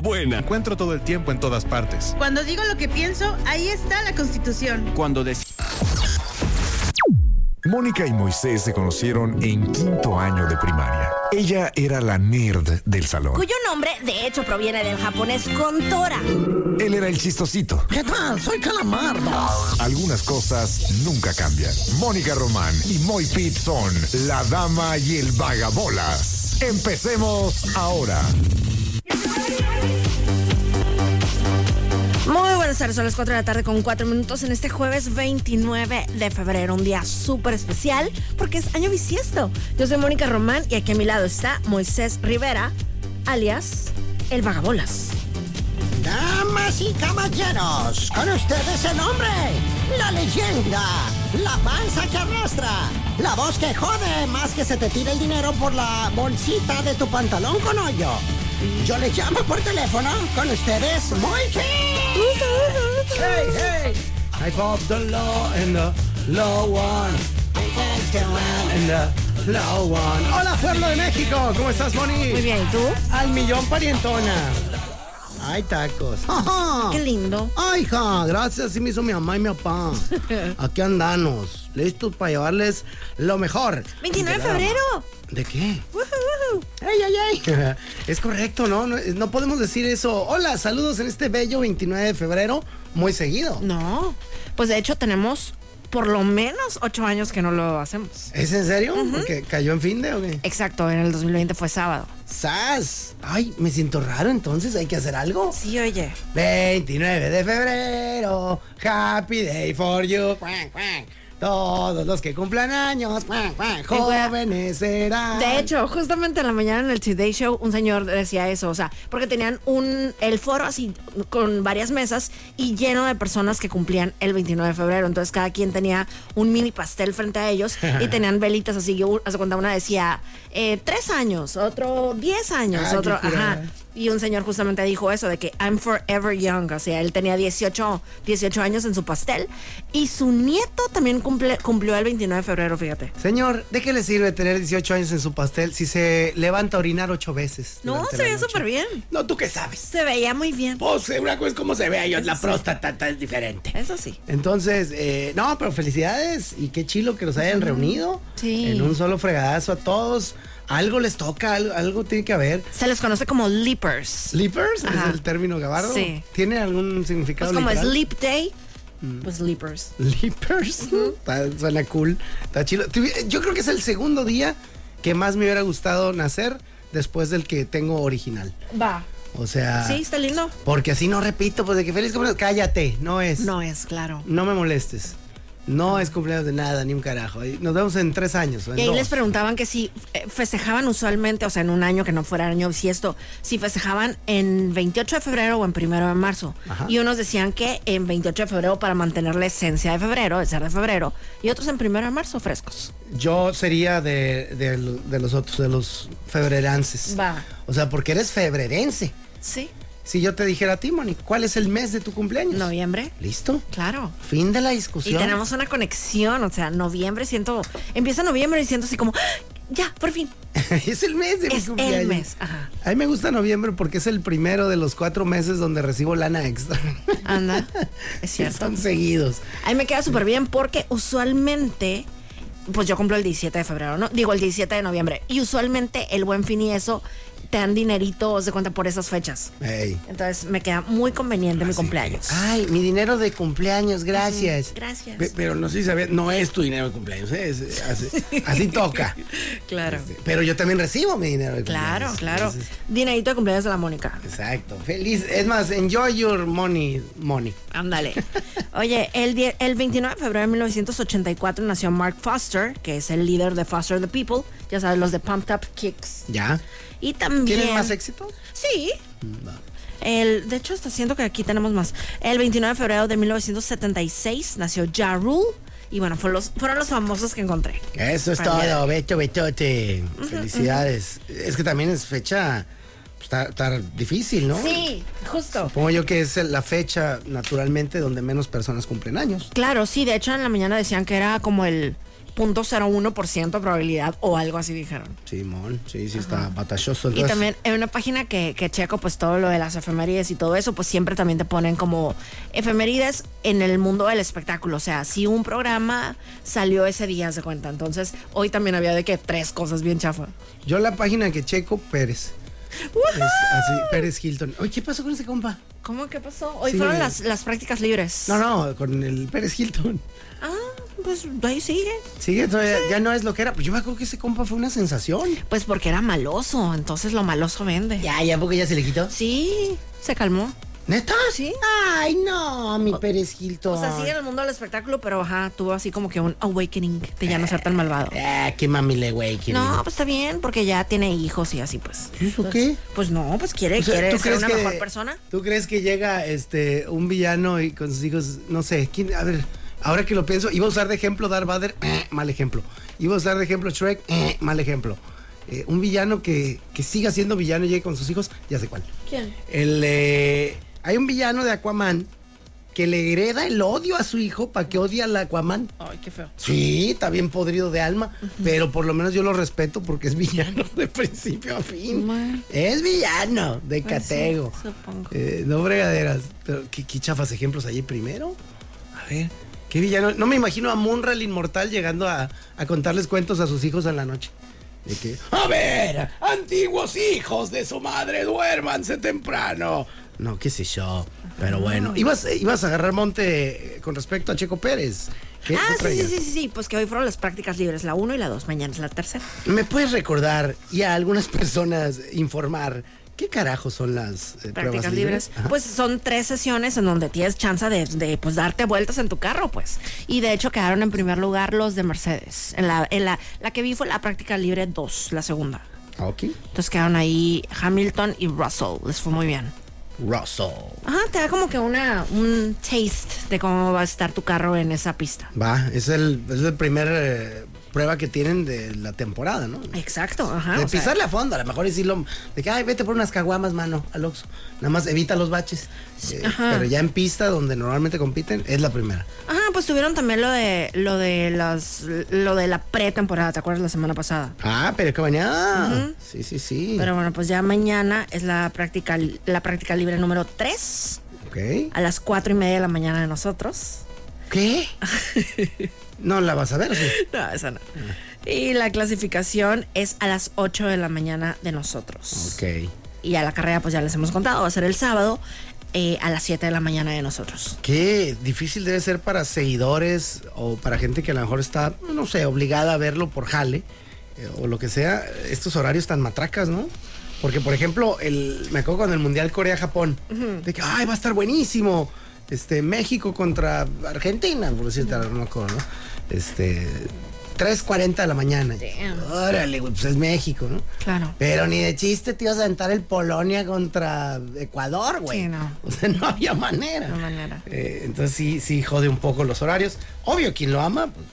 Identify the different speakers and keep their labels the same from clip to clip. Speaker 1: buena.
Speaker 2: Encuentro todo el tiempo en todas partes.
Speaker 3: Cuando digo lo que pienso, ahí está la Constitución.
Speaker 4: Cuando decimos
Speaker 5: Mónica y Moisés se conocieron en quinto año de primaria. Ella era la nerd del salón.
Speaker 6: cuyo nombre de hecho proviene del japonés Contora.
Speaker 5: Él era el chistosito.
Speaker 7: ¿Qué tal? Soy Calamardo.
Speaker 5: Algunas cosas nunca cambian. Mónica Román y Moy Pip son la dama y el vagabolas. Empecemos ahora.
Speaker 6: Muy buenas tardes, son las 4 de la tarde con 4 minutos en este jueves 29 de febrero, un día súper especial porque es año bisiesto. Yo soy Mónica Román y aquí a mi lado está Moisés Rivera, alias El Vagabolas.
Speaker 7: Damas y caballeros, con ustedes el hombre, la leyenda, la panza que arrastra, la voz que jode más que se te tira el dinero por la bolsita de tu pantalón con hoyo. Yo le llamo por teléfono, con ustedes, Moichi. Hey, hey.
Speaker 8: I pop the low and the low one and the low one. Hola pueblo de México, ¿cómo estás Moni?
Speaker 6: Muy bien, ¿y tú?
Speaker 8: Al millón parientona. Ay tacos.
Speaker 6: Qué lindo.
Speaker 8: Ay hija, gracias, así me hizo mi mamá y mi papá. Aquí andanos, listos para llevarles lo mejor.
Speaker 6: 29 de
Speaker 8: la-
Speaker 6: febrero.
Speaker 8: ¿De qué?
Speaker 6: Ujú, ujú.
Speaker 8: ¡Ey, ey, ey! Es correcto, ¿no? ¿no? no podemos decir eso. Hola, saludos en este bello 29 de febrero, muy seguido.
Speaker 6: No, pues de hecho tenemos por lo menos 8 años que no lo hacemos.
Speaker 8: ¿Es en serio? ¿Que cayó en fin de o qué?
Speaker 6: Exacto, en el 2020 fue sábado.
Speaker 8: ¡Sas! Ay, me siento raro entonces, hay que hacer algo.
Speaker 6: Sí, oye.
Speaker 8: 29 de febrero, happy day for you. Cuac, cuac. Todos los que cumplan años, cuac, cuac,
Speaker 6: güera.
Speaker 8: jóvenes serán.
Speaker 6: De hecho, justamente en la mañana en el Today Show, un señor decía eso, o sea, porque tenían un el foro así con varias mesas y lleno de personas que cumplían el 29 de febrero. Entonces cada quien tenía un mini pastel frente a ellos y tenían velitas así. que u- haz de cuenta, una decía eh, tres años, otro diez años,
Speaker 8: Ah, qué
Speaker 6: otro,
Speaker 8: curada.
Speaker 6: ajá. Y un señor justamente dijo eso, de que I'm forever young. O sea, él tenía 18, 18 años en su pastel. Y su nieto también cumple, cumplió el 29 de febrero, fíjate.
Speaker 8: Señor, ¿de qué le sirve tener 18 años en su pastel si se levanta a orinar ocho veces?
Speaker 6: No,
Speaker 8: durante
Speaker 6: se
Speaker 8: la
Speaker 6: ve
Speaker 8: noche?
Speaker 6: súper bien.
Speaker 8: No, ¿tú qué sabes?
Speaker 6: Se veía muy bien.
Speaker 8: Pues una cosa es como se vea yo, la próstata es diferente.
Speaker 6: Eso sí.
Speaker 8: Entonces, eh, no, pero felicidades y qué chilo que los hayan reunido
Speaker 6: Sí.
Speaker 8: en un solo fregadazo a todos. Algo les toca, algo, algo tiene que haber.
Speaker 6: Se les conoce como leapers.
Speaker 8: ¿Sleepers?
Speaker 6: Ajá.
Speaker 8: ¿Es el término gabardo?
Speaker 6: Sí.
Speaker 8: ¿Tiene algún
Speaker 6: Pues
Speaker 8: significado
Speaker 6: como
Speaker 8: literal?
Speaker 6: sleep day, pues leapers.
Speaker 8: Sleepers. Está- Suena cool. Está chido. Tuvi- Yo creo que es el segundo día que más me hubiera gustado nacer después del que tengo original.
Speaker 6: Va.
Speaker 8: O sea.
Speaker 6: Sí, está lindo.
Speaker 8: Porque así no repito, pues de que feliz cumpleaños. Cállate, no es.
Speaker 6: No es, claro.
Speaker 8: No me molestes. No es cumpleaños de nada, ni un carajo. Ahí- Nos vemos en tres años. o en
Speaker 6: Y ahí
Speaker 8: dos.
Speaker 6: les preguntaban que si eh, festejaban usualmente, o sea, en un año que no fuera año bisiesto, si festejaban en 28 de febrero o en primero de marzo.
Speaker 8: Ajá.
Speaker 6: Y unos decían que en 28 de febrero para mantener la esencia de febrero, de ser de febrero, y otros en primero de marzo frescos.
Speaker 8: Yo sería de, de lo- de los otros, de los febrerances.
Speaker 6: Va.
Speaker 8: O sea, porque eres febrerense.
Speaker 6: Sí.
Speaker 8: Si yo te dijera a ti, Moni, ¿cuál es el mes de tu cumpleaños?
Speaker 6: Noviembre.
Speaker 8: ¿Listo?
Speaker 6: Claro.
Speaker 8: Fin de la
Speaker 6: Y
Speaker 8: discusión.
Speaker 6: tenemos una conexión, o sea, noviembre siento, empieza noviembre y siento así como, ¡Ah! ya, por fin.
Speaker 8: es el mes de mi
Speaker 6: Es el
Speaker 8: cumpleaños.
Speaker 6: mes, ajá.
Speaker 8: A mí me gusta noviembre porque es el primero de los cuatro meses donde recibo lana extra.
Speaker 6: Anda, es cierto.
Speaker 8: Son seguidos.
Speaker 6: Ahí me queda súper bien porque usualmente, pues yo cumplo el 17 de febrero, ¿no? Digo el 17 de noviembre. Y usualmente el buen fin y eso te dan dineritos de cuenta por esas fechas.
Speaker 8: Ey.
Speaker 6: Entonces me queda muy conveniente mi cumpleaños.
Speaker 8: Ay, mi dinero de cumpleaños, gracias.
Speaker 6: Gracias.
Speaker 8: Pe- pero no sé si sabía, no es tu dinero de cumpleaños, ¿eh? Es- así, así toca. Este,
Speaker 6: Claro.
Speaker 8: Pero yo también recibo mi dinero de
Speaker 6: Claro,
Speaker 8: cumpleaños.
Speaker 6: claro.
Speaker 8: Entonces,
Speaker 6: Dinerito de cumpleaños de la Mónica.
Speaker 8: exacto. Feliz. Es más, enjoy your money, money.
Speaker 6: Ándale. Oye, el, die- el 29 de febrero de 1984 nació Mark Foster, que es el líder de Foster the People, ya sabes, los de Pumped Up Kicks.
Speaker 8: ¿Ya?
Speaker 6: Y también...
Speaker 8: ¿Tienen más éxitos?
Speaker 6: Sí. El, de hecho, hasta siento que aquí tenemos más. El 29 de febrero de 1976 nació Ja Rule. Y bueno, fueron los, fueron los famosos que encontré.
Speaker 8: Eso es
Speaker 6: Para el día de
Speaker 8: todo, Beto Betote. Felicidades. Es que también es fecha pues, está, está difícil, ¿no?
Speaker 6: Sí, justo.
Speaker 8: Supongo yo que es la fecha, naturalmente, donde menos personas cumplen años.
Speaker 6: Claro, sí, de hecho en la mañana decían que era como el 0.01% de probabilidad o algo así dijeron.
Speaker 8: Simón, sí, sí, está batalloso.
Speaker 6: Y
Speaker 8: Entonces,
Speaker 6: también en una página que, que checo, pues todo lo de las efemérides y todo eso, pues siempre también te ponen como efemérides en el mundo del espectáculo. O sea, si un programa salió ese día, haz de cuenta. Entonces, hoy también había de que tres cosas bien chafa.
Speaker 8: Yo la página que checo, Pérez. Es así, Pérez Hilton. Oye, ¿qué pasó con ese compa?
Speaker 6: ¿Cómo que pasó? Hoy
Speaker 8: Sí.
Speaker 6: fueron las, las prácticas libres.
Speaker 8: No, no, con el Pérez Hilton.
Speaker 6: Ah, pues ahí sigue.
Speaker 8: Sigue todavía, ya no es lo que era. Pues yo me acuerdo que ese compa fue una sensación.
Speaker 6: Pues porque era maloso, entonces lo maloso vende.
Speaker 7: Ya, ya, porque ya se le quitó.
Speaker 6: Sí, se calmó.
Speaker 8: ¿Neta?
Speaker 6: Sí.
Speaker 7: Ay, no, mi Pérez Hilton.
Speaker 6: O sea, sigue en el mundo del espectáculo, pero ajá, tuvo así como que un awakening de ya no ser tan malvado.
Speaker 7: Ah, qué mami le güey. qué
Speaker 6: No,
Speaker 7: bien.
Speaker 6: pues está bien, porque ya tiene hijos y así pues.
Speaker 8: ¿Y eso qué?
Speaker 6: Pues no, pues quiere,
Speaker 8: O sea,
Speaker 6: quiere ser una mejor persona.
Speaker 8: ¿Tú crees que llega este un villano y con sus hijos, no sé, quién, a ver, ahora que lo pienso, iba a usar de ejemplo Darth Vader, eh, mal ejemplo. Iba a usar de ejemplo Shrek, eh, mal ejemplo. Eh, un villano que, que siga siendo villano y llegue con sus hijos, ya sé cuál.
Speaker 6: ¿Quién?
Speaker 8: El, eh, hay un villano de Aquaman que le hereda el odio a su hijo para que odie al Aquaman.
Speaker 6: Ay, qué feo.
Speaker 8: Sí, está bien podrido de alma, pero por lo menos yo lo respeto porque es villano de principio a fin.
Speaker 6: Bueno. Pues
Speaker 8: Es villano de catego.
Speaker 6: supongo.
Speaker 8: Eh, no bregaderas, pero ¿qué, qué chafas ejemplos ahí primero. A ver, qué villano. No me imagino a Munra el inmortal llegando a, a contarles cuentos a sus hijos en la noche. De que, a ver, antiguos hijos de su madre, duérmanse temprano. No, qué sé yo. Pero bueno, ibas, ibas a agarrar monte eh, con respecto a Checo Pérez. ¿Qué-
Speaker 6: Ah, sí,
Speaker 8: qué
Speaker 6: sí,
Speaker 8: traías?
Speaker 6: sí, sí, sí, pues que hoy fueron las prácticas libres, la 1 y la 2, mañana es la tercera.
Speaker 8: ¿Me puedes recordar y a algunas personas informar qué carajo son las
Speaker 6: Prácticas
Speaker 8: eh, pruebas
Speaker 6: libres.
Speaker 8: libres? Ajá.
Speaker 6: Pues son tres sesiones en donde tienes chance de, de, pues darte vueltas en tu carro, pues. Y de hecho quedaron en primer lugar los de Mercedes. En la, en la, la que vi fue la práctica libre 2, la segunda.
Speaker 8: Ah, ok.
Speaker 6: Entonces quedaron ahí Hamilton y Russell, les fue muy bien.
Speaker 8: Russell.
Speaker 6: Ajá, te da como que una, un taste de cómo va a estar tu carro en esa pista.
Speaker 8: Va, es el, es el primer eh, prueba que tienen de la temporada, ¿no? De
Speaker 6: Exacto, ajá. Eh, ah, o sea,
Speaker 8: pisarle a fondo, a lo mejor decirlo, de que, ay, vete por unas caguamas, mano, al Oxxo. Nada más evita los baches. Eh,
Speaker 6: ajá.
Speaker 8: pero ya en pista, donde normalmente compiten, es la primera.
Speaker 6: ajá, pues tuvieron también lo de lo de las lo de la pretemporada, ¿te acuerdas la semana pasada?
Speaker 8: Ah, pero qué bañada. Sí, sí, sí.
Speaker 6: Pero bueno, pues ya mañana es la práctica la práctica libre número 3
Speaker 8: Ok.
Speaker 6: a las 4 y media de la mañana de nosotros.
Speaker 8: ¿Qué? no la vas a ver, ¿o sí?
Speaker 6: No, esa no. Y la clasificación es a las 8 de la mañana de nosotros.
Speaker 8: Ok.
Speaker 6: Y a la carrera, pues ya les hemos contado, va a ser el sábado eh, a las 7 de la mañana de nosotros.
Speaker 8: Qué difícil debe ser para seguidores o para gente que a lo mejor está, no sé, obligada a verlo por jale eh, o lo que sea, estos horarios tan matracas, ¿no? Porque, por ejemplo, el, me acuerdo cuando el Mundial Corea-Japón, de que, ay, va a estar buenísimo. Este, México contra Argentina, por decirte, algo, no me acuerdo, ¿no? Este, 3.40 de la mañana.
Speaker 6: Damn.
Speaker 8: Órale, güey, pues es México, ¿no?
Speaker 6: Claro.
Speaker 8: Pero ni de chiste te ibas a aventar el Polonia contra Ecuador, güey.
Speaker 6: Sí, no.
Speaker 8: O sea, no había manera.
Speaker 6: No manera.
Speaker 8: Eh, entonces sí, sí jode un poco los horarios. Obvio, quien lo ama, pues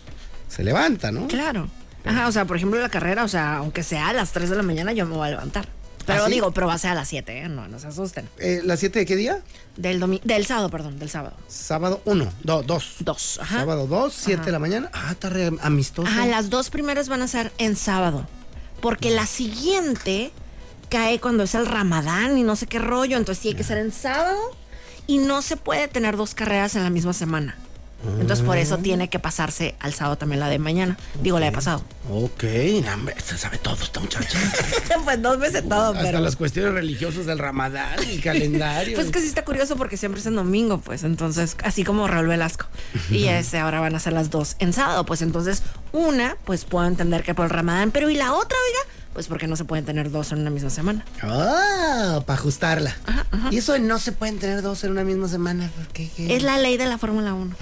Speaker 8: se levanta, ¿no?
Speaker 6: Claro. Ajá, o sea, por ejemplo, la carrera, o sea, aunque sea a las 3 de la mañana, yo me voy a levantar. Pero
Speaker 8: ¿Ah, sí?
Speaker 6: digo, pero va a ser a las 7, ¿eh? No, no se asusten.
Speaker 8: Eh, ¿Las 7 de qué día?
Speaker 6: Del, domi- del sábado, perdón, del sábado.
Speaker 8: Sábado 1, 2, 2.
Speaker 6: Dos, ajá. Ah,
Speaker 8: Sábado 2, 7 de la mañana. Ah, está re amistoso.
Speaker 6: Ajá, las dos primeras van a ser en sábado. Porque la siguiente cae cuando es el ramadán y no sé qué rollo. Entonces tiene que ser en sábado y no se puede tener dos carreras en la misma semana. Entonces por eso tiene que pasarse al sábado también la de mañana. Digo, la de pasado.
Speaker 8: Ah. Ok, no, hombre, se sabe todo esta muchacha.
Speaker 6: pues dos veces todo,
Speaker 8: Hasta
Speaker 6: pero...
Speaker 8: las cuestiones religiosas del ramadán, el calendario.
Speaker 6: Pues que sí está curioso porque siempre es en domingo, pues entonces, así como Raúl Velasco. Y este, ahora van a ser las dos en sábado, pues entonces una, pues puedo entender que por el ramadán, pero y la otra, oiga, pues porque no se pueden tener dos en una misma semana.
Speaker 8: Ah, para ajustarla. Y eso de no se pueden tener dos en una misma semana, porque... qué?
Speaker 6: Es la ley de la Fórmula 1.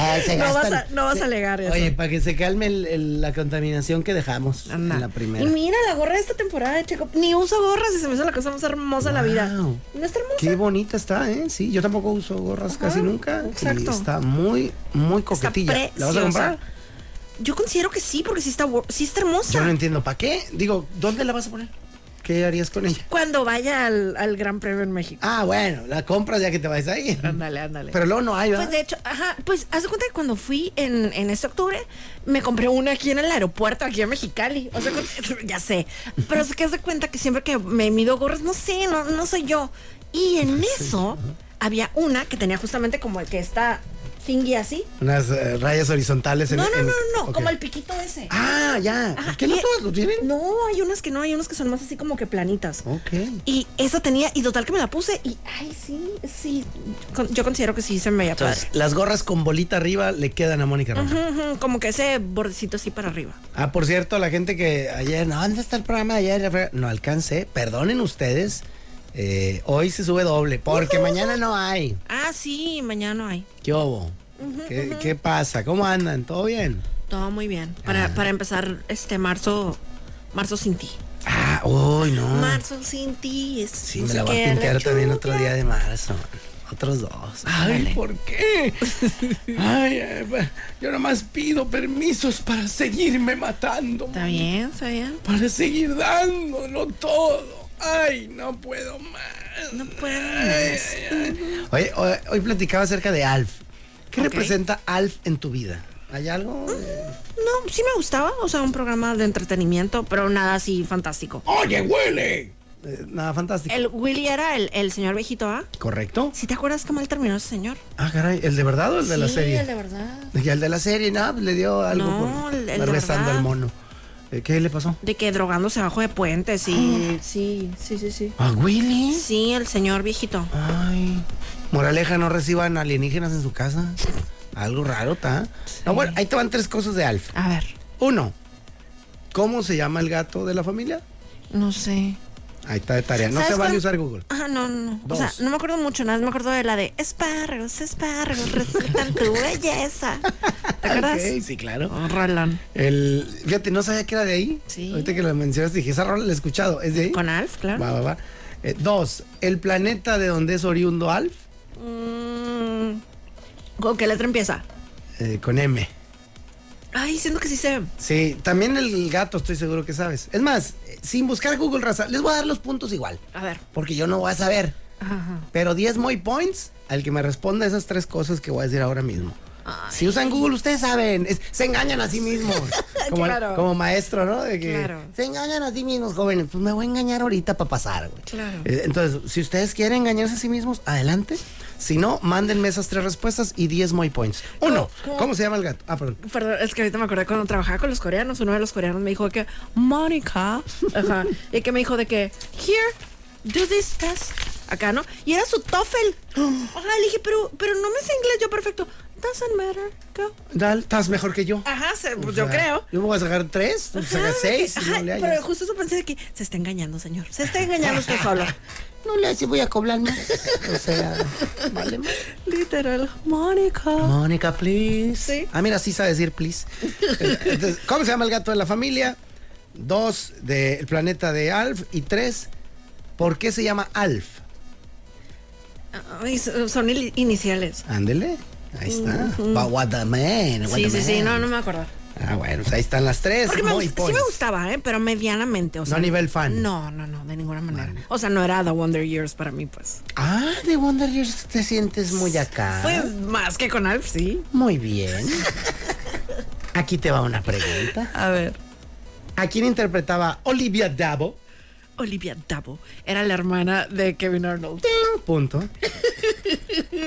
Speaker 8: Ah, se
Speaker 6: No vas
Speaker 8: gastan.
Speaker 6: a- no vas a alegar eso.
Speaker 8: Oye, para que se calme el- el- la contaminación que dejamos en la primera.
Speaker 6: Y mira la gorra de esta temporada de Checo. Ni uso gorras y se me hizo la cosa más hermosa de la vida.
Speaker 8: Wow.
Speaker 6: No está hermosa.
Speaker 8: Qué bonita está, ¿eh? Sí, yo tampoco uso gorras casi nunca. y
Speaker 6: exacto.
Speaker 8: está muy, muy
Speaker 6: Está
Speaker 8: coquetilla. ¿La vas a
Speaker 6: preciosa.
Speaker 8: comprar?
Speaker 6: Yo considero que sí, porque sí está, bo- sí está hermosa.
Speaker 8: Yo no entiendo. ¿Para qué? Digo, ¿dónde la vas a poner? ¿Qué harías con ella?
Speaker 6: Cuando vaya al, al Gran Premio en México.
Speaker 8: Ah, bueno, la compras ya que te vayas ahí.
Speaker 6: Ándale, ándale.
Speaker 8: Pero luego no hay, ¿verdad?
Speaker 6: Pues de hecho, ajá, pues haz de cuenta que cuando fui en, en este octubre, me compré una aquí en el aeropuerto, aquí en Mexicali. O sea, con- ya sé. Pero es que haz de cuenta que siempre que me mido gorras, no sé, no, no soy yo. Y en eso había una que tenía justamente como el que está thingy así.
Speaker 8: Unas eh, rayas horizontales en
Speaker 6: No, no, no,
Speaker 8: en-
Speaker 6: no, no,
Speaker 8: ok.
Speaker 6: como el piquito ese.
Speaker 8: Ah, ya.
Speaker 6: Ajá,
Speaker 8: ¿Qué no
Speaker 6: y-
Speaker 8: todos lo tienen? Oh.
Speaker 6: No, hay unas que no, hay unas que son más así como que planitas.
Speaker 8: Ok.
Speaker 6: Y esa tenía, y total que me la puse, y ay, sí, sí. con- yo considero que sí se me veía padre.
Speaker 8: Entonces, las gorras con bolita arriba le quedan a Mónica Román.
Speaker 6: Ujú, ujú, Como que ese bordecito así para arriba.
Speaker 8: Ah, por cierto, la gente que ayer, no, ¿dónde está el programa de ayer? La fregada? No alcancé, perdonen ustedes. eh, hoy se sube doble, porque mañana no hay.
Speaker 6: Ah, sí, mañana no hay.
Speaker 8: ¿Qué hubo? ¿Qué, qué pasa? ¿Cómo andan? ¿Todo bien?
Speaker 6: Todo muy bien. Para, para empezar este marzo, marzo sin ti.
Speaker 8: Ah, uy, no.
Speaker 6: Marzo sin ti es.
Speaker 8: Sí,
Speaker 6: no
Speaker 8: me
Speaker 6: sé
Speaker 8: la voy
Speaker 6: qué,
Speaker 8: a pintar
Speaker 6: la
Speaker 8: también
Speaker 6: lluvia.
Speaker 8: otro día de marzo. Otros dos.
Speaker 6: Ándale.
Speaker 8: ¿por qué? Ay, eh, pa- yo nomás pido permisos para seguirme matando.
Speaker 6: Está bien, está bien.
Speaker 8: Para seguir dándolo todo. Ay, no puedo más.
Speaker 6: No puedo más.
Speaker 8: Oye, hoy, hoy platicaba acerca de Alf. ¿Qué
Speaker 6: Ok.
Speaker 8: representa Alf en tu vida? ¿Hay algo? Eh,
Speaker 6: No, sí me gustaba, o sea, un programa de entretenimiento, pero nada así fantástico.
Speaker 8: ¡Oye, huele! eh, nada fantástico.
Speaker 6: El Willy era el, el señor viejito, ¿ah?
Speaker 8: ¿Correcto?
Speaker 6: ¿Sí te acuerdas cómo él terminó ese señor?
Speaker 8: Ah, caray, ¿el de verdad o el de la
Speaker 6: Sí,
Speaker 8: serie?
Speaker 6: el de verdad.
Speaker 8: Y al de la serie, no, pues, le dio algo
Speaker 6: No,
Speaker 8: por
Speaker 6: el- el de
Speaker 8: estar besando
Speaker 6: verdad.
Speaker 8: al mono. Eh, ¿Qué le pasó?
Speaker 6: De que drogándose abajo de puentes y.
Speaker 8: Ah.
Speaker 6: Sí, sí, sí, sí.
Speaker 8: ¿A Willy?
Speaker 6: Sí, el señor viejito.
Speaker 8: Ay. Moraleja, no reciban alienígenas en su casa. Algo raro, ¿ta? No, bueno, ahí te van tres cosas de Alf.
Speaker 6: A ver,
Speaker 8: Uno, ¿cómo se llama el gato de la familia?
Speaker 6: no sé.
Speaker 8: Ahí está de tarea. No
Speaker 6: ¿Sabes
Speaker 8: se vale
Speaker 6: cuál?
Speaker 8: usar Google.
Speaker 6: Ah, no, no.
Speaker 8: Dos.
Speaker 6: O sea, no me acuerdo mucho, nada. más Me acuerdo de la de espárragos, espárragos, resultan tu belleza. ¿Te acuerdas?
Speaker 8: Ah, Ok, sí, claro.
Speaker 6: Oh, Roland.
Speaker 8: El, fíjate, no sabía que era de ahí.
Speaker 6: Sí.
Speaker 8: Ahorita que lo mencionas dije, esa rola la he escuchado. ¿Es de ahí?
Speaker 6: Con Alf, claro.
Speaker 8: Va, va, va. Eh, dos, el planeta de donde es oriundo Alf,
Speaker 6: Mm, ¿Con qué letra empieza?
Speaker 8: eh, con M.
Speaker 6: Ay, siento que sí se.
Speaker 8: Sí, también el gato estoy seguro que sabes. Es más, eh, sin buscar Google Raza, les voy a dar los puntos igual,
Speaker 6: A ver.
Speaker 8: porque yo no voy a saber.
Speaker 6: Ajá.
Speaker 8: Pero 10 muy points al que me responda esas tres cosas que voy a decir ahora mismo. Si usan Google, ustedes saben, es- se engañan a sí mismos. Como,
Speaker 6: Claro.
Speaker 8: como maestro, ¿no? De que
Speaker 6: Claro.
Speaker 8: Se engañan a sí mismos, jóvenes. Pues me voy a engañar ahorita para pasar, güey.
Speaker 6: Claro.
Speaker 8: Eh, Entonces, si ustedes quieren engañarse a sí mismos, adelante. Si no, mándenme esas tres respuestas y 10 muy points. Uno,
Speaker 6: ¿Cómo-
Speaker 8: ¿cómo se llama el gato? Ah, perdón.
Speaker 6: Perdón, es que ahorita me acordé cuando trabajaba con los coreanos, uno de los coreanos me dijo que, Mónica, ajá, y que me dijo de que, here, do this test, acá, ¿no? Y era su TOEFL. Ajá, le dije, pero, pero no me sé inglés yo perfecto. Doesn't matter, go.
Speaker 8: Dal, estás mejor que yo.
Speaker 6: Ajá, se-
Speaker 8: O
Speaker 6: pues,
Speaker 8: sea,
Speaker 6: yo creo.
Speaker 8: Yo me voy a sacar tres, tú
Speaker 6: Ajá,
Speaker 8: sacas
Speaker 6: de
Speaker 8: seis.
Speaker 6: que-
Speaker 8: y no
Speaker 6: ajá,
Speaker 8: le hallas.
Speaker 6: pero justo eso pensé de que se está engañando, señor. Se está engañando usted solo.
Speaker 7: No le así voy a cobrar más. O sea, vale más.
Speaker 6: Literal, Mónica.
Speaker 8: Mónica, please.
Speaker 6: Sí.
Speaker 8: Ah, mira, sí sabe decir please. Entonces, ¿cómo se llama el gato de la familia? Dos, del planeta de Alf. Y tres, ¿por qué se llama Alf?
Speaker 6: Ay, Ah, so- son il- iniciales.
Speaker 8: Ándele. Ahí está. Pa- what the man, what
Speaker 6: Sí,
Speaker 8: the
Speaker 6: sí, sí,
Speaker 8: man.
Speaker 6: no, no me acuerdo.
Speaker 8: Ah, bueno, pues ahí están las tres.
Speaker 6: Porque me,
Speaker 8: Muy
Speaker 6: gust- sí me
Speaker 8: points.
Speaker 6: gustaba, ¿eh? pero medianamente. O sea,
Speaker 8: a nivel fan.
Speaker 6: No, no, no, de ninguna manera. O sea, no era The Wonder Years para mí, pues.
Speaker 8: Ah, de Wonder Years te sientes muy acá.
Speaker 6: Pues más que con Alf, sí.
Speaker 8: Muy bien. Aquí te va una pregunta.
Speaker 6: A ver.
Speaker 8: ¿A quién interpretaba Olivia Dabo?
Speaker 6: Olivia Dabo era la hermana de Kevin Arnold.
Speaker 8: Punto.